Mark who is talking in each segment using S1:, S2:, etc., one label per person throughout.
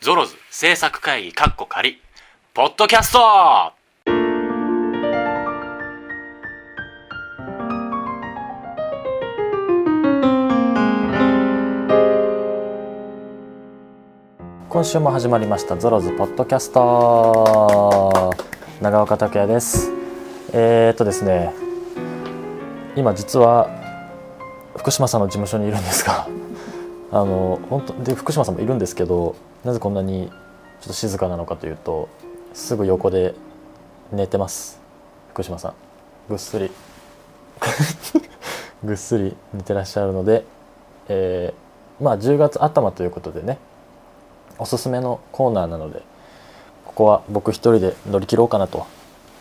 S1: ゾロズ制作会議カッコ仮、ポッドキャスト
S2: 今週も始まりましたゾロズポッドキャスト長岡拓也ですえー、っとですね今実は福島さんの事務所にいるんですがあの本当で福島さんもいるんですけどなぜこんなにちょっと静かなのかというとすぐ横で寝てます福島さんぐっすり ぐっすり寝てらっしゃるので、えーまあ10月頭ということでねおすすめのコーナーなのでここは僕一人で乗り切ろうかなと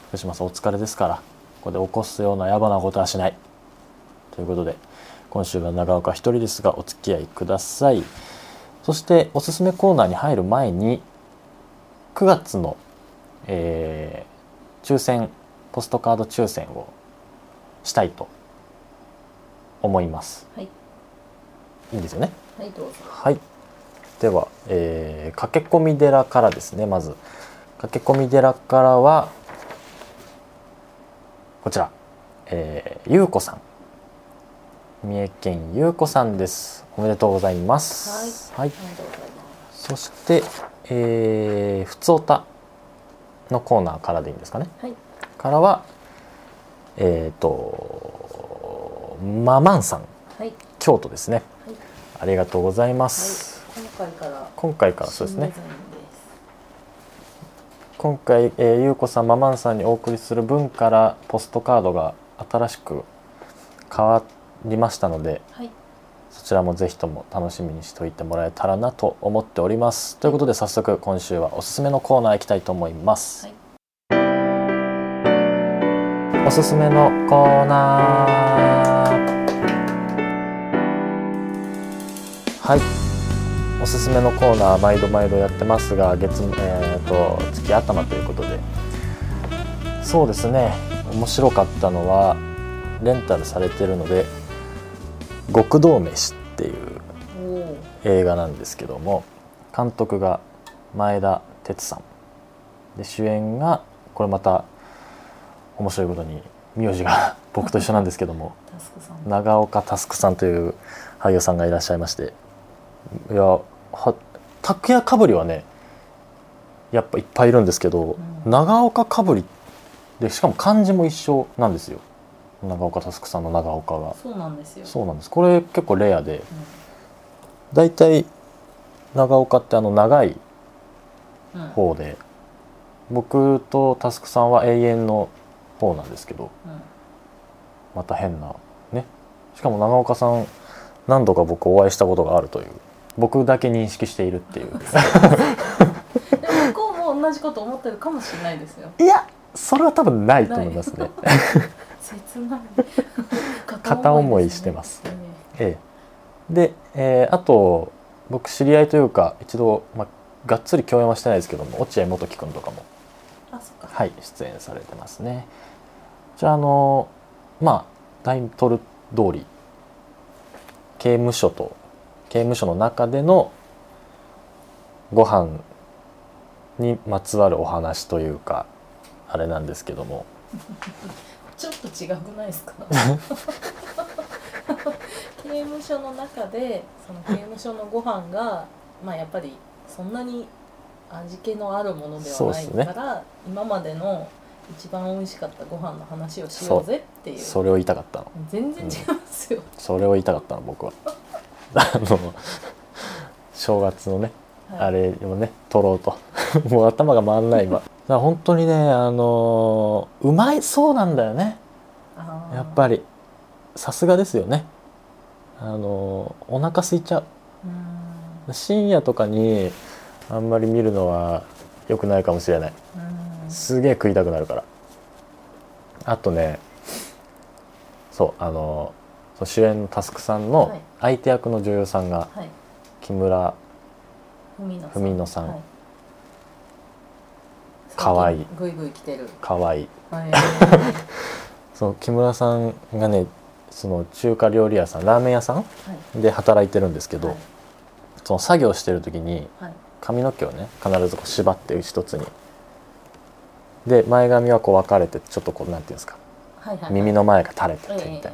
S2: 福島さんお疲れですからここで起こすような野暮なことはしないということで今週は長岡一人ですがお付き合いくださいそしておすすめコーナーに入る前に9月の、えー抽選ポストカード抽選をしたいと思います
S3: はい、
S2: いいんですよね
S3: はい、どうぞ。
S2: はい。では、えー駆け込み寺からですね。まず駆け込み寺からはこちら、えー、ゆうこさん、三重県ゆうこさんです。おめでとうございます。はい。
S3: ありがとうございま
S2: そして、えー、ふつおたのコーナーからでいいんですかね。
S3: す。はい、
S2: からは、えっ、とママンさん、
S3: はい、はい、
S2: 京都ですね。ありがとうございます。
S3: 今回から。
S2: 今回からそうですね
S3: 新デザイン
S2: 今回、えー、ゆうこさんままんさんにお送りする分からポストカードが新しく変わりましたので
S3: です。はい、
S2: そちらもぜひとも楽しみにしておいてもらえたらなと思っておりますということで早速今週はおすすめのコーナー行きたいと思います、おすすめのコーナーはいおすすめのコーナー毎度毎度やってますが月,、えー、と月頭ということでそうですね面白かったのはレンタルされてるので「極道飯」っていう
S3: おおー、
S2: 映画なんですけども監督が前田哲さんで主演がこれまた面白いことに名字が 僕と一緒なんですけども
S3: タスクさん。
S2: 長岡佑さんという俳優さんがいらっしゃいましていやは拓也かぶりはねやっぱいっぱいいるんですけど、
S3: うん
S2: 長岡かぶりでしかも漢字も一緒なんですよ長岡佑さんの長岡が
S3: そうなんですよ。
S2: そうなんですこれ結構レアで
S3: う
S2: 大体長岡ってあの長い
S3: ん。うん。
S2: 方で僕とタスクさんは永遠の方なんですけど
S3: うん。
S2: また変なねしかも長岡さん何度か僕お会いしたことがあるという僕だけ認識しているっていう
S3: でも、向こうも同じこと思ってるかもしれないですよ。
S2: いやそれは多分ないと思いますね
S3: 切ない。
S2: 片思いしてます
S3: ね。
S2: ええで、えーあと僕知り合いというか一度、まあ、がっつり共演はしてないですけども落合元樹君とかも
S3: あ、そっか。
S2: はい、出演されてますね。じゃあ、あの、まあ、タイトル通り、刑務所と、刑務所の中でのご飯にまつわるお話というか、あれなんですけども、
S3: ちょっと違くないで すか。刑務所の中で、その刑務所のご飯が、まあ、やっぱり、そんなに。味気のあるもので
S2: そう
S3: は
S2: っ
S3: ない
S2: すね
S3: から、今までの。一番美味しかったご飯の話をしようぜっていう。
S2: それを言いたかったの。
S3: 全然違いますよ。
S2: それを言いたかったの、僕は。 あの、正月のね、
S3: はい
S2: あ。れをね取ろうと もう頭が回んない今だから本当にねあのーうまいそうなんだよね
S3: あー
S2: やっぱりさすがですよねあのーお腹空いちゃ
S3: うーん
S2: う深夜とかにあんまり見るのは良くないかもしれないう
S3: ーん
S2: すげえ食いたくなるからあとねそうあのーそう主演のタスクさん
S3: はい
S2: の相手役の女優さんが
S3: はい。
S2: 木村
S3: 文野さん。
S2: 文乃さん
S3: はい
S2: かわいい
S3: 最近ぐいぐい来てる。
S2: 可愛い
S3: はい。はい
S2: そう木村さんがねその中華料理屋さんラーメン屋さんで働いてるんですけど、
S3: はい
S2: その作業してる時に
S3: はい。
S2: 髪の毛をね必ずこう縛って一つにで前髪はこう分かれてちょっとこうなんていうんですか
S3: はいはい
S2: 耳
S3: の
S2: の前が垂れててみたい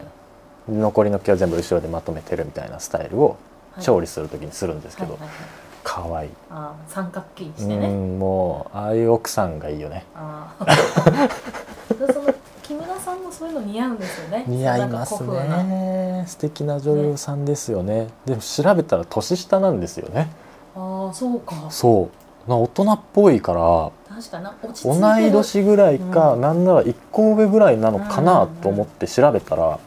S2: な、残りの毛は全部後ろでまとめてるみたいなスタイルを調理する時にするんですけど、
S3: はいはいはい
S2: 可愛い
S3: あー三角形に
S2: う
S3: してね
S2: んもうああいう奥さんがいいよね
S3: あー でその木村さんもそういうの似合うんですよね
S2: 似合います
S3: なんか古風な
S2: ね素敵な女優さんですよねでも調べたら年下なんですよね
S3: ああそうか
S2: そうな大人っぽいから
S3: 確かに落ち着い
S2: 同
S3: てる
S2: い年ぐらいか、
S3: うん
S2: なんなら1個上ぐらいなのかな
S3: うん
S2: と思って調べたら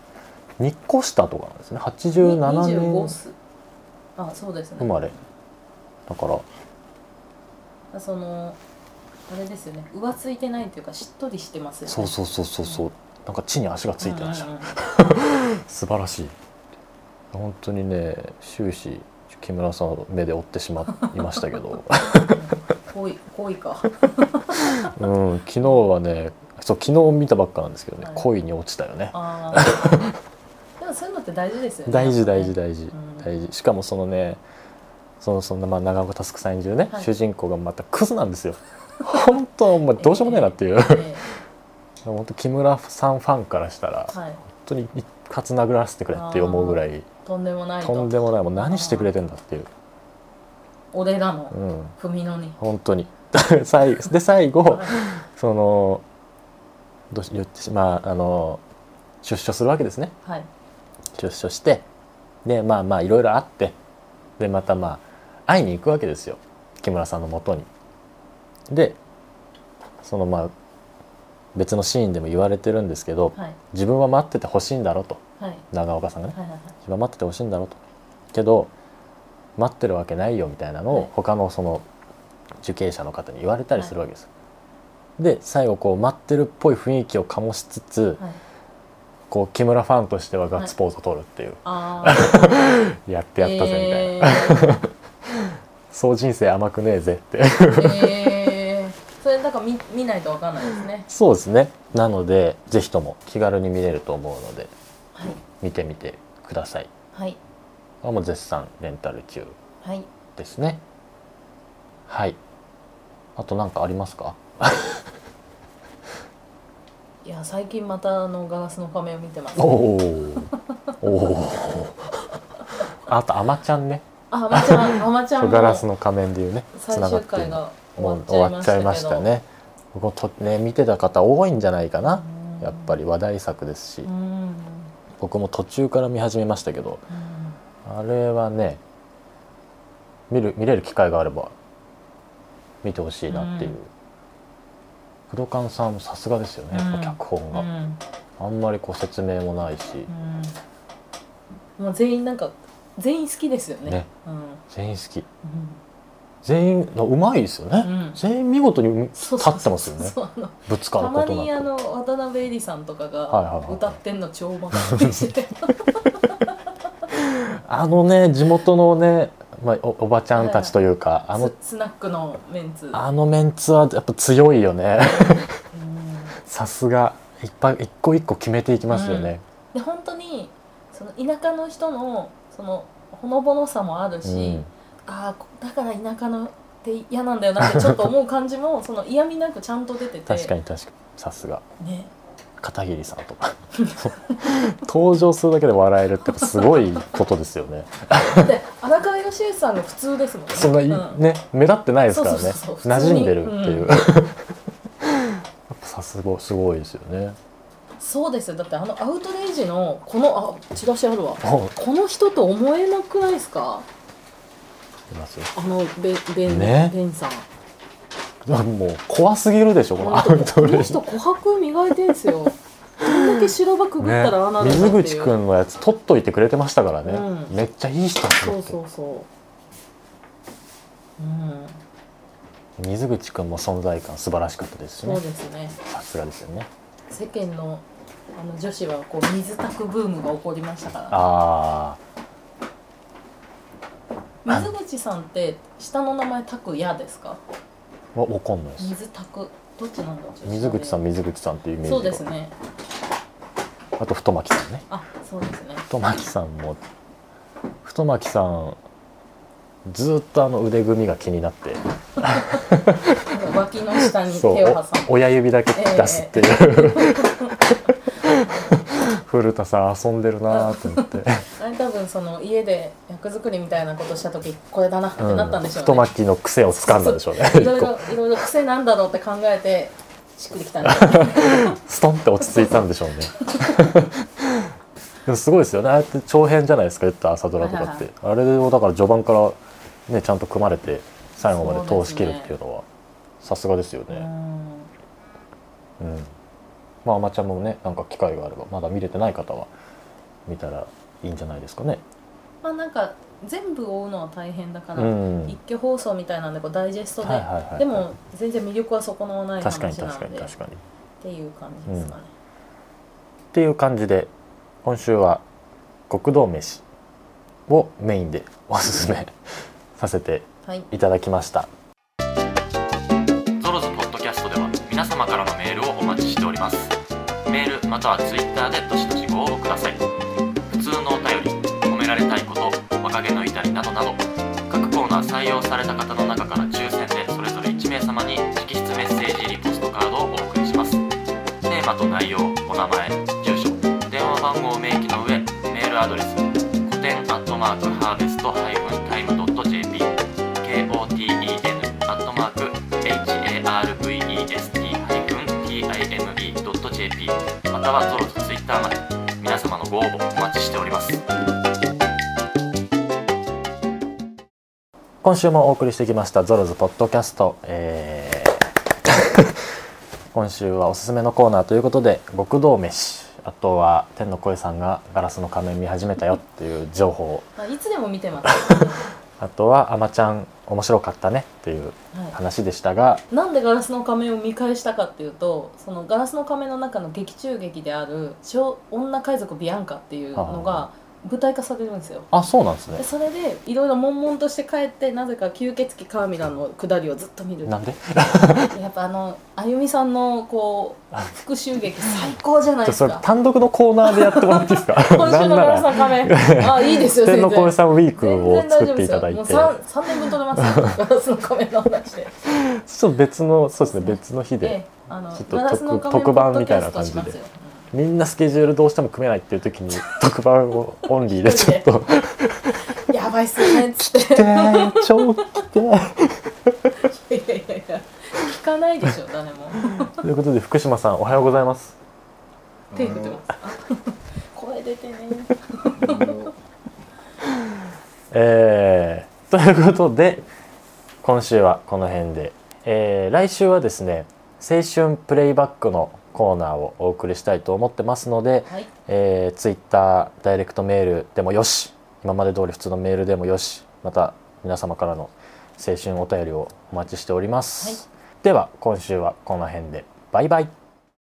S2: 日光下とかなんですね87
S3: に
S2: 年
S3: 25すあそうですね
S2: 生まれだから
S3: そのあれですよね浮ついてないというかしっとりしてますよね
S2: そうそうそうそうそうなんか地に足がついてました、
S3: うんうんうん
S2: 素晴らしい本当にね終始木村さんの目で追ってしまいましたけ ど
S3: 恋恋か
S2: うん昨日はねそう昨日見たばっかなんですけどね、
S3: はい
S2: 恋に落ちたよね
S3: あーでもそういうのって大事ですよね
S2: 大事大事
S3: 事
S2: 大事
S3: ん
S2: 大事しかもそのねそのそんなまあ長岡佑さん演じるね、
S3: はい
S2: 主人公がまたクズなんですよ本当もうどうしようもないなっていう、
S3: え
S2: 本当木村さんファンからしたら
S3: え
S2: 本
S3: はい
S2: 当に一発殴らせてくれって思うぐらい
S3: とんでもないと
S2: とんでもないもう何してくれてんだっていう、
S3: 俺ら
S2: う
S3: の
S2: ん、
S3: 文野に
S2: 本当に 最で最後そのどうし言ってしまああの出所するわけですね
S3: はい
S2: 出所してでまあまあいろいろあってでまたまあ会いに行くわけですよ木村さんのもとに。でそのまあ別のシーンでも言われてるんですけど
S3: はい
S2: 自分は待っててほしいんだろと
S3: はい
S2: 長岡さんがね
S3: はいはいはい
S2: 自分は待っててほしいんだろとけど待ってるわけないよみたいなの
S3: はい
S2: を他のその受刑者の方に言われたりするわけですよ。で最後こう待ってるっぽい雰囲気を醸しつつ
S3: はい
S2: こう木村ファンとしてはガッツポーズを取るっていう
S3: ああ
S2: やってやったぜみたいな、そう人生甘くねえぜって
S3: みたいなえーそれだから見見ないとわかんないですね
S2: そうですねなのでぜひとも気軽に見れると思うので
S3: はい
S2: 見てみてください
S3: はい
S2: あもう絶賛レンタル中
S3: はい
S2: ですねはいあと何かありますか
S3: いや最近またあのガラスの仮面を見てます
S2: おおおおあと「あまちゃんね」
S3: あアマちゃんアマちゃん
S2: そう
S3: も
S2: ガラスの仮面でいうね
S3: 最
S2: 繋
S3: 終
S2: ってる
S3: 回が
S2: もう
S3: 終わ
S2: 終わっ
S3: っち
S2: ち
S3: ゃ
S2: ゃ
S3: い
S2: い
S3: ま
S2: ま
S3: し
S2: した
S3: け
S2: た
S3: ど
S2: ね僕もとね見てた方多いんじゃないかな
S3: うん
S2: やっぱり話題作ですし
S3: うんうん
S2: 僕も途中から見始めましたけどあれはね見る見れる機会があれば見てほしいなっていう、
S3: うん
S2: 不動官さんもさすがですよね、やっぱ脚本
S3: う
S2: が、
S3: ん
S2: あんまりこう説明もないし、
S3: うんもう全員なんか全員好きですよね
S2: ね
S3: うん
S2: 全員好き全員のうまいですよね、
S3: うんうん
S2: 全員見事に立
S3: そうそう
S2: ってますよね
S3: そうあの
S2: ぶつかる
S3: た
S2: こ
S3: ま
S2: とな
S3: に
S2: く
S3: あの渡辺えりさんとか
S2: はいはい
S3: が
S2: はい
S3: 歌ってんの超バカにして
S2: あのね地元のね、まあ、おおばちゃんたちというか、 あの
S3: ススナックのメンツ
S2: あのメンツはやっぱ強いよね
S3: うん
S2: さすがいっぱい一個一個決めていきますよね、
S3: で本当にその田舎の人のそのほのぼのさもあるし、
S2: うん
S3: ああこだから田舎のって嫌なんだよなってちょっと思う感じ もその嫌味なくちゃんと出てて
S2: 確かに確かにさすが
S3: ね
S2: 片桐さんとか 登場するだけで笑えるってやっぱすごいことですよ ね
S3: だって荒川義恵さんが普通ですもんね
S2: そんな、い
S3: うん
S2: ね目立ってないですからね
S3: そうそうそう
S2: 馴染んでるっていう、
S3: 普
S2: やっぱさすがすごいですよね
S3: そうですよだってあのアウトレイジのこのあチラシあるわ
S2: お
S3: この人と思えなくないですか
S2: いますよ
S3: あのベベン、
S2: ね
S3: ベンさん
S2: もう怖すぎるでしょこのア
S3: 本
S2: ウ
S3: 当
S2: ト
S3: こ
S2: レ
S3: の
S2: イジ
S3: 人琥珀磨いてんすよどんだけ白場くぐった
S2: ね
S3: らああなるんだ
S2: 水
S3: っていう
S2: 口くんのやつ取っといてくれてましたからね、
S3: うん
S2: めっちゃいい人だと
S3: そ
S2: 思
S3: う
S2: って
S3: そうそう。うん、
S2: 水口くんも存在感素晴らしかったですし
S3: そう
S2: ね
S3: ですね。
S2: さすがですよね
S3: 世間のあの女子はこう水炊くブームが起こりましたか
S2: あ
S3: ら。水口さんって下の名前タクヤですか？
S2: あわかんないです
S3: 水炊くどっちなんだろう。
S2: 水口さん
S3: ん。
S2: 水口さんっていうイメージが
S3: そうですね。
S2: あと太巻さんね
S3: あ、そうですね。
S2: 太巻さんも太巻さんずーっとあの腕組みが気になって
S3: 脇の下に手
S2: そ
S3: を
S2: う
S3: 挟んで
S2: お親指だけ出すっていう、 古田さん遊んでるなーと 思って、
S3: あれ多分その家で役作りみたいなことした時これだなって
S2: うん
S3: なったんでしょうね、
S2: 太巻きの癖をつかんだんでしょうね
S3: いろいろいろいろ癖なんだろうって考えてしっくりきたんだよ ね
S2: ストンって落ち着いたんでしょうね でもすごいですよねああやって長編じゃないですか言った朝ドラとかって、あれをだから序盤からねちゃんと組まれて最後まで通し切るっていうのはさすがですよ
S3: う
S2: ね
S3: ん
S2: うんまああまちゃんもねなんか機会があればまだ見れてない方は見たらいいんじゃないですかね
S3: まあなんか全部追うのは大変だか
S2: う
S3: ら、
S2: ん
S3: 一挙放送みたいなんでこうダイジェストで、
S2: はいはいはい
S3: でも全然魅力は損なわない話
S2: 確
S3: な
S2: か
S3: ん
S2: に確かに確か
S3: でっ
S2: にって
S3: いう感じですかね、
S2: ていう感じで今週は極道飯をメインでおすすめさせて
S3: はい
S2: いただきました
S1: ゾロズポッドキャストでは皆様からのメールをお待ちしておりますメールまたはツイッターでどしどしご応募ください普通のお便り褒められたいこと若気の至りなどなど各コーナー採用された方の中から抽選でそれぞれ1名様に直筆メッセージリポストカードをお送りしますテーマと内容お名前住所電話番号を明記の上メールアドレス古典アットマークハーベストハイフンタイムドット JP KOTEN アットマーク harvest-time.jp またはゾロとツイッターまで皆様のご応募お待ちしております
S2: 今週もお送りしてきました「ゾロズポッドキャスト」えー 今週はおすすめのコーナーということで極道飯あとは天の声さんが「ガラスの仮面」見始めたよっていう情報
S3: まあ、いつでも見てます、
S2: あとは「あまちゃん面白かったね」っていう
S3: は
S2: 話でしたが
S3: い、なんで「ガラスの仮面」を見返したかっていうとその「ガラスの仮面」の中の劇中劇である小女海賊ビアンカっていうの
S2: は
S3: が舞台化されるんですよ
S2: あそうなんです
S3: で
S2: ね
S3: それでいろいろ悶々として帰ってなぜか吸血鬼カーミラの下りをずっと見る
S2: なんで
S3: やっぱあのあゆみさんのこう復讐劇最高じゃな
S2: ち
S3: いで
S2: ょそ
S3: す
S2: れ
S3: か
S2: 単独のコーナーでやってもらっていいですか
S3: 今週
S2: なん
S3: の
S2: な
S3: ガラスの
S2: ら
S3: 仮面あいいですよ
S2: 天
S3: 全
S2: の声
S3: 然
S2: さんウィーク
S3: 全
S2: を
S3: 然大
S2: 作
S3: 丈
S2: って
S3: 夫で
S2: い
S3: す
S2: ただ
S3: よ
S2: い
S3: もう
S2: て
S3: 3, 3年分取れますよガラスの仮面の話で
S2: ちょっと別のそうですね別の日
S3: え
S2: で
S3: えあの
S2: ちょっと
S3: ガラスの仮面
S2: 特番みたいな感じで
S3: ポッドキャストしますよ
S2: みんなスケジュールどうしても組めないっていう時に特番をオンリーでちょっと
S3: うんやばいっすよねっつっ
S2: 「でー超来てー
S3: ていやいやいや聞かないでしょ誰も」
S2: ということで福島さんおはようございます
S3: 手振ってますあ声出てね
S2: えー、ということで今週はこの辺で、えー来週はですね青春プレイバックのコーナーをお送りしたいと思ってますので、
S3: はい
S2: えー、ツイッターダイレクトメールでもよし今まで通り普通のメールでもよしまた皆様からの青春お便りをお待ちしております、では今週はこの辺でバイバイ